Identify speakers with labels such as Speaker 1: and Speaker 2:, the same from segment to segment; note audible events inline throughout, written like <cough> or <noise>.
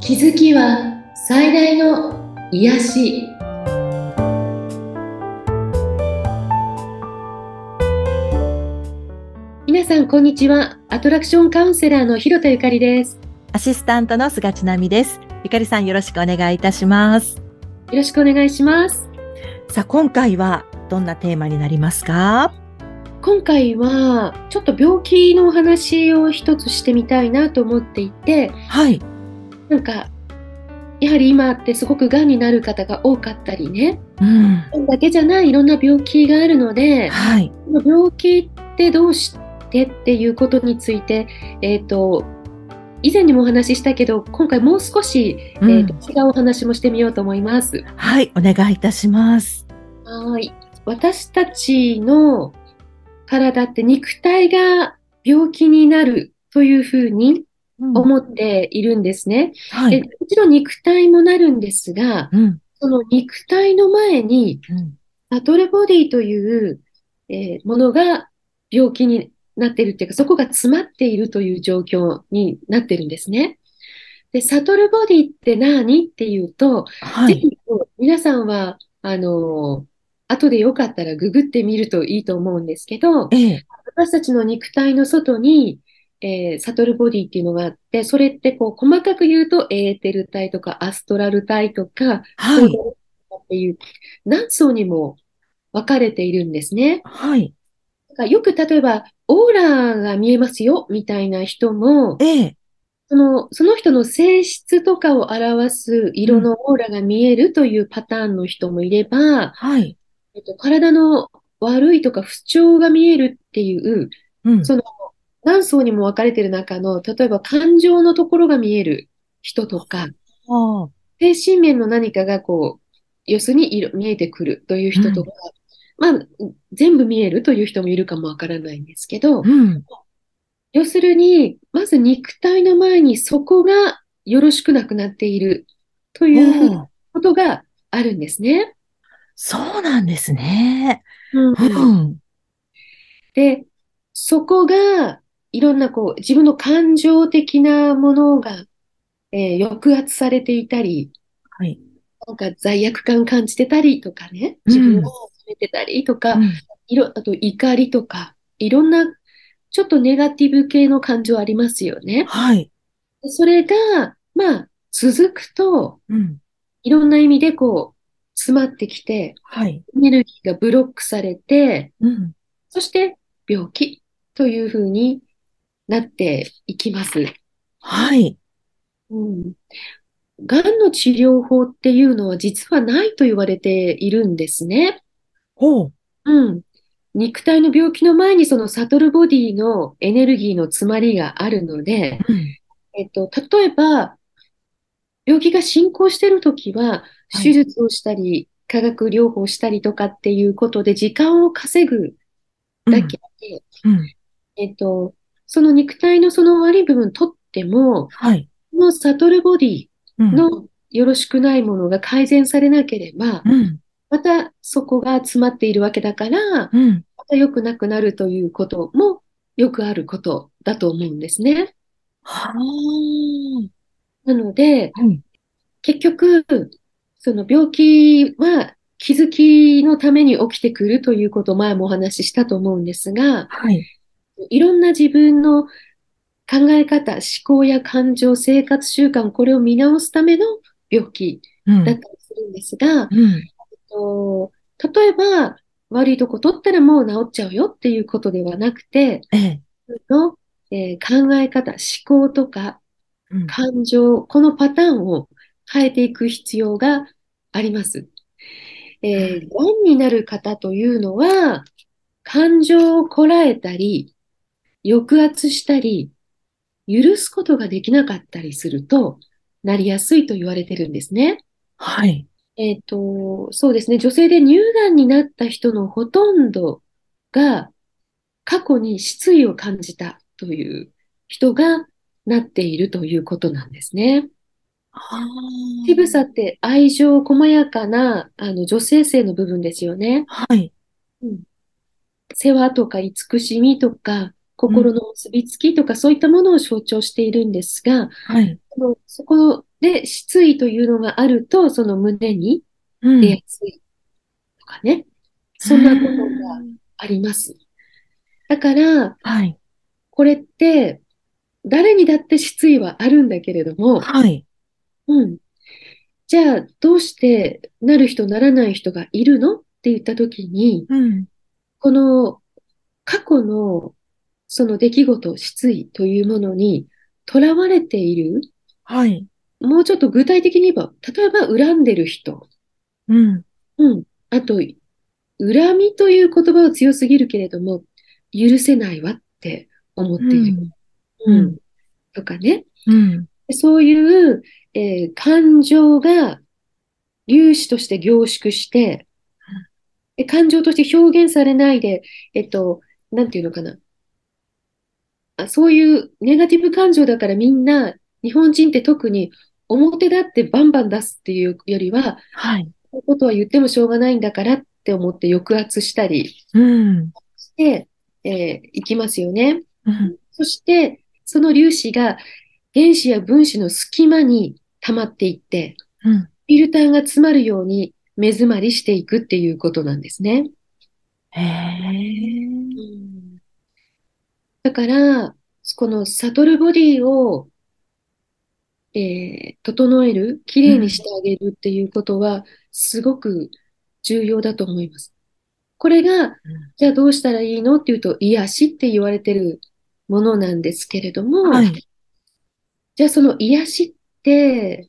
Speaker 1: 気づきは最大の癒し皆さんこんにちはアトラクションカウンセラーの広田ゆかりです
Speaker 2: アシスタントの菅千奈美です。ゆかりさんよろしくお願いいたします。
Speaker 1: よろしくお願いします
Speaker 2: さあ、今回はどんなテーマになりますか
Speaker 1: 今回はちょっと病気のお話を一つしてみたいなと思っていて
Speaker 2: はい。
Speaker 1: なんかやはり今ってすごくがんになる方が多かったりね
Speaker 2: うん。
Speaker 1: がんだけじゃないいろんな病気があるので
Speaker 2: はい。
Speaker 1: 病気ってどうしてっていうことについて、えっと以前にもお話ししたけど今回もう少し、
Speaker 2: うん
Speaker 1: えーと違うお話もしてみようと思います。
Speaker 2: はい、お願いいたします。
Speaker 1: はい私たちの体って肉体が病気になるというふうに
Speaker 2: うん
Speaker 1: 思っているんですね。
Speaker 2: は
Speaker 1: で
Speaker 2: い
Speaker 1: も。ちろん肉体もなるんですが
Speaker 2: うん。
Speaker 1: その肉体の前に
Speaker 2: うん。
Speaker 1: サトルボディという、えーものが病気になっているっていうか、そこが詰まっているという状況になってるんですね。で、サトルボディって何っていうと、
Speaker 2: は
Speaker 1: ぜ
Speaker 2: い。
Speaker 1: ひ皆さんは、あのー後でよかったらググってみるといいと思うんですけど、
Speaker 2: ええ。
Speaker 1: 私たちの肉体の外に、えーサトルボディっていうのがあって、それってこう細かく言うとエーテル体とかアストラル体とか、
Speaker 2: は
Speaker 1: 行
Speaker 2: い。
Speaker 1: 動っていう何層にも分かれているんですね。
Speaker 2: はい。
Speaker 1: だからよく例えば、オーラが見えますよみたいな人も、
Speaker 2: ええ。
Speaker 1: そのその人の性質とかを表す色のオーラが見えるというパターンの人もいれば、
Speaker 2: はい。
Speaker 1: えっと、体の悪いとか不調が見えるっていう、
Speaker 2: うん。
Speaker 1: その何層にも分かれている中の、例えば感情のところが見える人とか、
Speaker 2: ああ
Speaker 1: 精神面の何かがこう、要するに色見えてくるという人とか、まあ、全部見えるという人もいるかもわからないんですけど、
Speaker 2: うん。
Speaker 1: 要するに、まず肉体の前にそこがよろしくなくなっているというふうな
Speaker 2: おー
Speaker 1: ことがあるんですね。
Speaker 2: そうなんですね。
Speaker 1: うん
Speaker 2: うん。
Speaker 1: で、そこがいろんなこう、自分の感情的なものが、えー抑圧されていたり、
Speaker 2: はい。
Speaker 1: なんか罪悪感感じてたりとかね、
Speaker 2: うん
Speaker 1: 自分を責めてたりとか、
Speaker 2: うん
Speaker 1: いろ、あと怒りとか、いろんなちょっとネガティブ系の感情ありますよね。
Speaker 2: はい。
Speaker 1: それが、まあ、続くと、
Speaker 2: うん。
Speaker 1: いろんな意味でこう、詰まってきて、
Speaker 2: はい。
Speaker 1: エネルギーがブロックされて、
Speaker 2: うん。
Speaker 1: そして病気というふうになっていきます。
Speaker 2: はい。
Speaker 1: うん。がんの治療法っていうのは実はないと言われているんですね。
Speaker 2: ほう。
Speaker 1: うん。肉体の病気の前にそのサトルボディのエネルギーの詰まりがあるので、
Speaker 2: うん。
Speaker 1: えっと、例えば、病気が進行しているときは、
Speaker 2: はい
Speaker 1: 手術をしたり、化学療法をしたりとかっていうことで時間を稼ぐだけで、
Speaker 2: うん。うん。
Speaker 1: えっと、その肉体のその悪い部分取っても、
Speaker 2: はい。
Speaker 1: このサトルボディ
Speaker 2: うん。
Speaker 1: のよろしくないものが改善されなければ、
Speaker 2: うん。
Speaker 1: またそこが詰まっているわけだから、
Speaker 2: うん。
Speaker 1: また良くなくなるということもよくあることだと思うんですね。
Speaker 2: はあ。
Speaker 1: なので、
Speaker 2: うん。
Speaker 1: 結局、その病気は気づきのために起きてくるということを前もお話ししたと思うんですが、
Speaker 2: はい。
Speaker 1: いろんな自分の考え方、思考や感情、生活習慣、これを見直すための病気
Speaker 2: うん
Speaker 1: だったりするんですが、
Speaker 2: うん。
Speaker 1: と例えば、悪いとこ取ったらもう治っちゃうよっていうことではなくて、
Speaker 2: ええ。
Speaker 1: の、えー考え方、思考とか
Speaker 2: うん
Speaker 1: 感情、このパターンを変えていく必要があります。えー、癌になる方というのは、感情をこらえたり、抑圧したり、許すことができなかったりすると、なりやすいと言われてるんですね。
Speaker 2: はい。
Speaker 1: えっと、そうですね。女性で乳がんになった人のほとんどが過去に失意を感じたという人がなっているということなんですね。
Speaker 2: あ
Speaker 1: 乳房って愛情細やかなあの女性性の部分ですよね。
Speaker 2: はい。
Speaker 1: 世話とか慈しみとか心の結びつきとかそういったものを象徴しているんですが、
Speaker 2: はい。
Speaker 1: そのそこで、失意というのがあると、その胸に
Speaker 2: うん
Speaker 1: 出やすいとかね。そんなことがあります。だから、
Speaker 2: はい。
Speaker 1: これって、誰にだって失意はあるんだけれども、
Speaker 2: はい。
Speaker 1: うん。じゃあ、どうしてなる人、ならない人がいるのって言ったときに、
Speaker 2: うん。
Speaker 1: この過去のその出来事、失意というものにとらわれている、
Speaker 2: はい。
Speaker 1: もうちょっと具体的に言えば、例えば恨んでる人、
Speaker 2: うん。
Speaker 1: うん。あと、恨みという言葉は強すぎるけれども、許せないわって思っている。
Speaker 2: うん
Speaker 1: うんとかね。
Speaker 2: うん。
Speaker 1: そういう、えー感情が粒子として凝縮して、で感情として表現されないで、えっと、なんていうのかな。あ、そういうネガティブ感情だからみんな、日本人って特に表だってバンバン出すっていうよりは、
Speaker 2: はい。
Speaker 1: こういうことは言ってもしょうがないんだからって思って抑圧したり
Speaker 2: うん。
Speaker 1: して、えーいきますよね。
Speaker 2: うん。
Speaker 1: そして、その粒子が原子や分子の隙間に溜まっていって、
Speaker 2: うん。
Speaker 1: フィルターが詰まるように目詰まりしていくっていうことなんですね。
Speaker 2: へえ。
Speaker 1: だから、この悟るボディを、えー整える、きれいにしてあげるっていうことは、すごく重要だと思います。これが、じゃあどうしたらいいのっていうと、癒しって言われてるものなんですけれども、
Speaker 2: はい。
Speaker 1: じゃあその癒しって、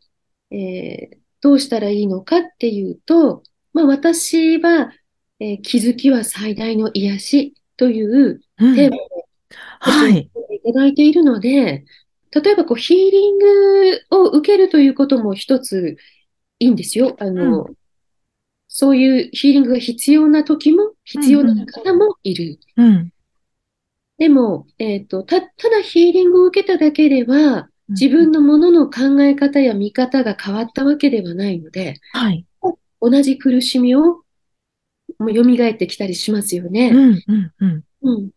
Speaker 1: えーどうしたらいいのかっていうと、まあ、私は、えー気づきは最大の癒しという
Speaker 2: うん
Speaker 1: テーマを
Speaker 2: はい。
Speaker 1: いただいているので、例えばこうヒーリングを受けるということも一ついいんですよ。あの、そういうヒーリングが必要な時も必要な方もいる。
Speaker 2: うん。
Speaker 1: でも、えっと、た、ただヒーリングを受けただけでは、自分
Speaker 2: の。
Speaker 1: のものの考え方や見方が変わったわけではないので、
Speaker 2: はい。
Speaker 1: 同じ苦しみをもう蘇ってきたりしますよ
Speaker 2: う
Speaker 1: ね。
Speaker 2: ん。うん。うん。
Speaker 1: うん。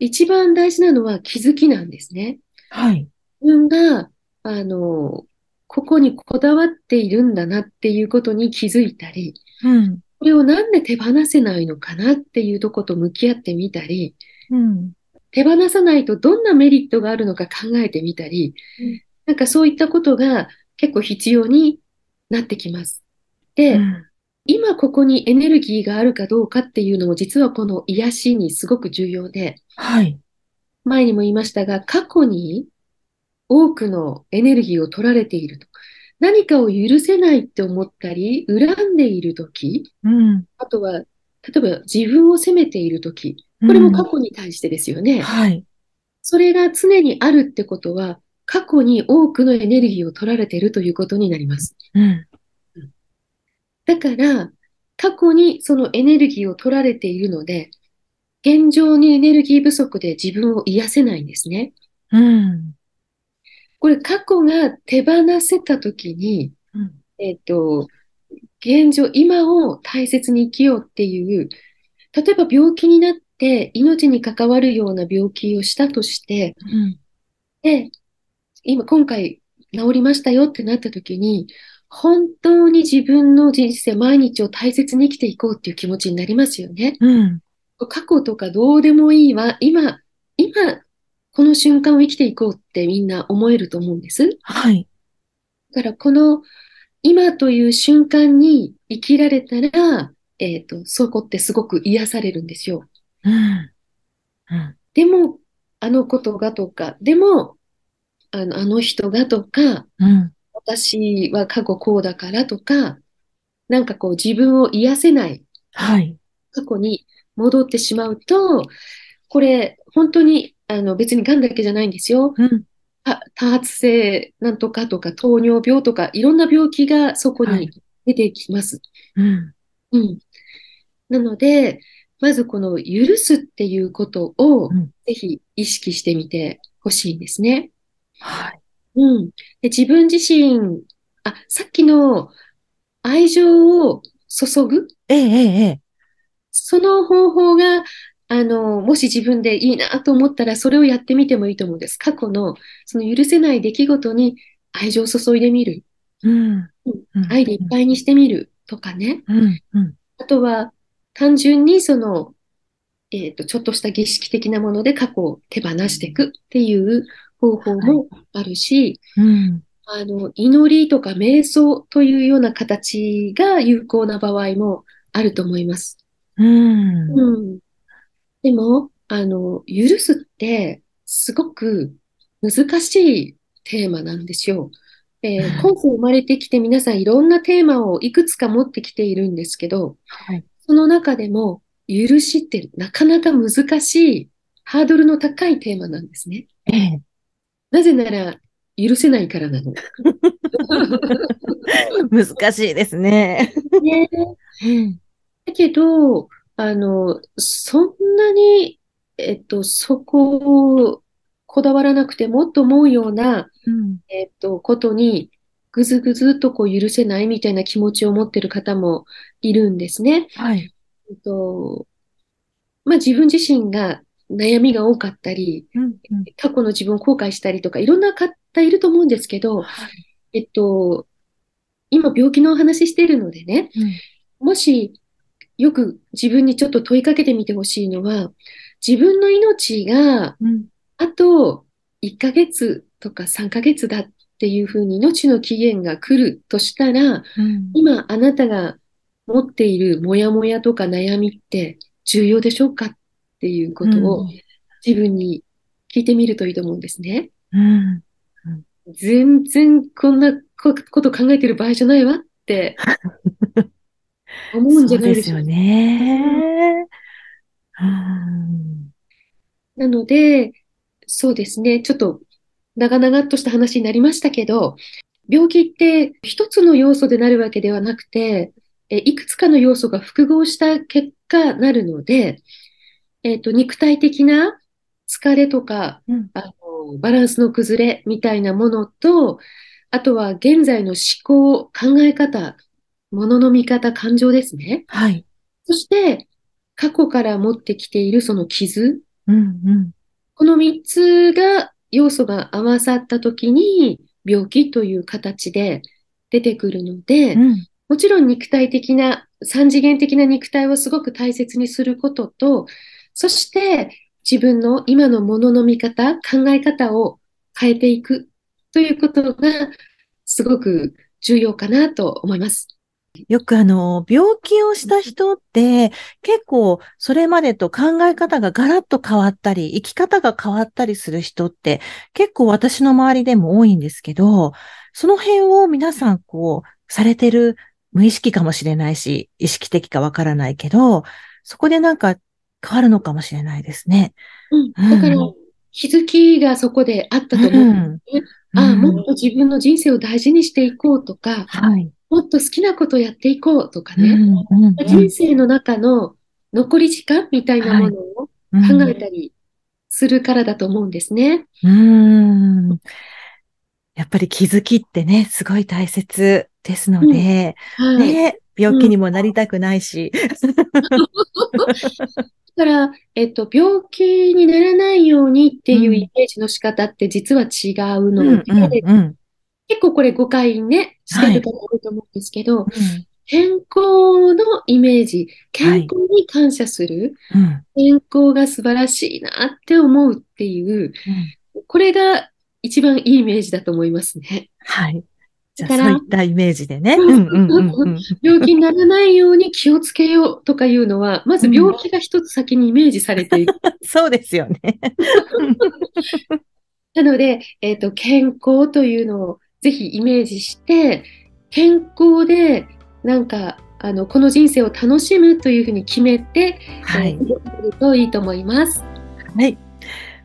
Speaker 1: 一番大事なのは気づきなんですね。
Speaker 2: はい。
Speaker 1: 自分が、あの、ここにこだわっているんだなっていうことに気づいたり、
Speaker 2: うん。
Speaker 1: これをなんで手放せないのかなっていうとこと向き合ってみたり、
Speaker 2: うん。
Speaker 1: 手放さないとどんなメリットがあるのか考えてみたり
Speaker 2: うん、
Speaker 1: なんかそういったことが結構必要になってきます。で、今ここにエネルギーがあるかどうかっていうのも実はこの癒しにすごく重要で、
Speaker 2: はい。
Speaker 1: 前にも言いましたが、過去に多くのエネルギーを取られていると。何かを許せないって思ったり、恨んでいるとき、
Speaker 2: うん。
Speaker 1: あとは、例えば自分を責めているとき、これも過去に対してですよね。
Speaker 2: はい。
Speaker 1: それが常にあるってことは、過去に多くのエネルギーを取られているということになります。
Speaker 2: うん。
Speaker 1: だから、過去にそのエネルギーを取られているので、現状にエネルギー不足で自分を癒せないんですね。
Speaker 2: うん。
Speaker 1: これ、過去が手放せたときに、
Speaker 2: うん。
Speaker 1: えっと、現状、今を大切に生きようっていう、例えば病気になって命に関わるような病気をしたとして、
Speaker 2: うん。
Speaker 1: で、今、今回治りましたよってなった時に、本当に自分の人生、毎日を大切に生きていこうっていう気持ちになりますよね。
Speaker 2: うん。
Speaker 1: 過去とかどうでもいいわ。今、今、この瞬間を生きていこうってみんな思えると思うんです。
Speaker 2: はい。
Speaker 1: だからこの今という瞬間に生きられたら、えっと、そこってすごく癒されるんですよ。
Speaker 2: うん。うん。
Speaker 1: でも、あのことがとか、でも、あの、あの人がとか、
Speaker 2: うん。
Speaker 1: 私は過去こうだからとか、なんかこう自分を癒せない
Speaker 2: はい。
Speaker 1: 過去に戻ってしまうと、これ本当にあの別に癌だけじゃないんですよ。
Speaker 2: うん。
Speaker 1: あ多発性なんとかとか糖尿病とかいろんな病気がそこ
Speaker 2: はい
Speaker 1: に出てきます。
Speaker 2: うん。
Speaker 1: うん。なので、まずこの許すっていうことを
Speaker 2: うん
Speaker 1: ぜひ意識してみてほしいんですね。
Speaker 2: はい。
Speaker 1: うん。で、自分自身、あ、さっきの愛情を注ぐ、
Speaker 2: ええ、ええ、
Speaker 1: その方法が、あの、もし自分でいいなと思ったら、それをやってみてもいいと思うんです。過去の、その許せない出来事に愛情を注いでみる。
Speaker 2: うん。うん
Speaker 1: 愛でいっぱいにしてみるとかね。
Speaker 2: うん。うん。
Speaker 1: あとは、単純にその、えっと、ちょっとした儀式的なもので過去を手放していくっていう方法もあるし、
Speaker 2: うん。
Speaker 1: あの、祈りとか瞑想というような形が有効な場合もあると思います。
Speaker 2: うん。
Speaker 1: うん。でも、あの、許すってすごく難しいテーマなんですよ。えー今世生まれてきて皆さんいろんなテーマをいくつか持ってきているんですけど、
Speaker 2: はい。
Speaker 1: その中でも、許しってなかなか難しい、ハードルの高いテーマなんですね。
Speaker 2: ええ。
Speaker 1: なぜなら、許せないからなの。
Speaker 2: 難しいですね。
Speaker 1: ね、
Speaker 2: うん。
Speaker 1: だけど、あの、そんなに、えっと、そこをこだわらなくてもっと思うような、
Speaker 2: うん。
Speaker 1: えっと、ことに、ぐずぐずっとこう許せないみたいな気持ちを持ってる方もいるんですね。
Speaker 2: はい。
Speaker 1: えっと、まあ、自分自身が悩みが多かったり、
Speaker 2: うん。うん。
Speaker 1: 過去の自分を後悔したりとか、いろんな方いると思うんですけど、えっと、今病気のお話ししてるのでね、もしよく自分にちょっと問いかけてみてほしいのは、自分の命が
Speaker 2: うん。
Speaker 1: あと1ヶ月とか3ヶ月だっていうふうに命の期限が来るとしたら、
Speaker 2: うん。
Speaker 1: 今あなたが持っているモヤモヤとか悩みって重要でしょうかっていうことを自分に聞いてみるといいと思うんですね。
Speaker 2: うん。
Speaker 1: 全然こんなここと考えてる場合じゃないわって思うんじゃないでしょ
Speaker 2: そうう
Speaker 1: か
Speaker 2: ですよね。うん。
Speaker 1: なので、そうですね、ちょっと長々とした話になりましたけど、病気って一つの要素でなるわけではなくて、えいくつかの要素が複合した結果なるので、えっと、肉体的な疲れとか、
Speaker 2: うん
Speaker 1: あの、バランスの崩れみたいなものと、あとは現在の思考、考え方、ものの見方、感情ですね。
Speaker 2: はい。
Speaker 1: そして、過去から持ってきているその傷、
Speaker 2: うん。うん。
Speaker 1: この3つが、要素が合わさったときに、病気という形で出てくるので、
Speaker 2: うん。
Speaker 1: もちろん肉体的な、三次元的な肉体をすごく大切にすることと、そして自分の今のものの見方、考え方を変えていくということが、すごく重要かなと思います。
Speaker 2: よくあの、病気をした人って、結構それまでと考え方がガラッと変わったり、生き方が変わったりする人って、結構私の周りでも多いんですけど、その辺を皆さんこう、されてる無意識かもしれないし、意識的かわからないけど、そこでなんか変わるのかもしれないですね。
Speaker 1: うん。
Speaker 2: うん
Speaker 1: だから、気づきがそこであったと思う。
Speaker 2: うん
Speaker 1: ああ、もっと自分の人生を大事にしていこうとか、
Speaker 2: はい。
Speaker 1: もっと好きなことをやっていこうとか
Speaker 2: う
Speaker 1: ね。
Speaker 2: んうんうん
Speaker 1: 人生の中の残り時間みたいなものを考えたりするからだと思うんですね。
Speaker 2: うんうんやっぱり気づきってね、すごい大切ですので、
Speaker 1: はい。だ
Speaker 2: ね、病気にもなりたくないし。
Speaker 1: から、えっと、病気にならないようにっていうイメージの仕方って実は違う
Speaker 2: う
Speaker 1: の
Speaker 2: ん
Speaker 1: で、
Speaker 2: うんうん
Speaker 1: 結構これ誤解ね、してる方多いと思うんですけど、
Speaker 2: うん
Speaker 1: 健康のイメージ、健康に感謝する、
Speaker 2: うん
Speaker 1: 健康が素晴らしいなって思うっていう、これが一番いいイメージだと思いますね。
Speaker 2: はい。じゃあ、
Speaker 1: だ
Speaker 2: そ
Speaker 1: から
Speaker 2: ういったイメージでね。
Speaker 1: そう
Speaker 2: う
Speaker 1: そ
Speaker 2: ん
Speaker 1: う
Speaker 2: うんうんうん
Speaker 1: 病気にならないように気をつけようとかいうのは、まず病気が一つ先にイメージされてい <laughs> る。
Speaker 2: そうですよね。
Speaker 1: なので、えっと、健康というのをぜひイメージして、健康で、なんか、あの、この人生を楽しむというふうに決めて、
Speaker 2: は
Speaker 1: え
Speaker 2: い。
Speaker 1: ー動いてみるといいと思います。
Speaker 2: はい。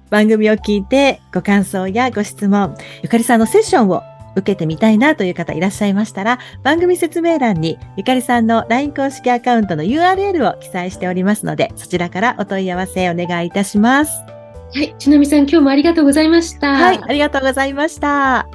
Speaker 2: 番組を聞いて、ご感想やご質問、ゆかりさんのセッションを受けてみたいなという方いらっしゃいましたら、番組説明欄にゆかりさんの LINE 公式アカウントの URL を記載しておりますので、そちらからお問い合わせお願いいたします。
Speaker 1: はい、ちなみさん、今日もありがとうございました。
Speaker 2: はい、ありがとうございました。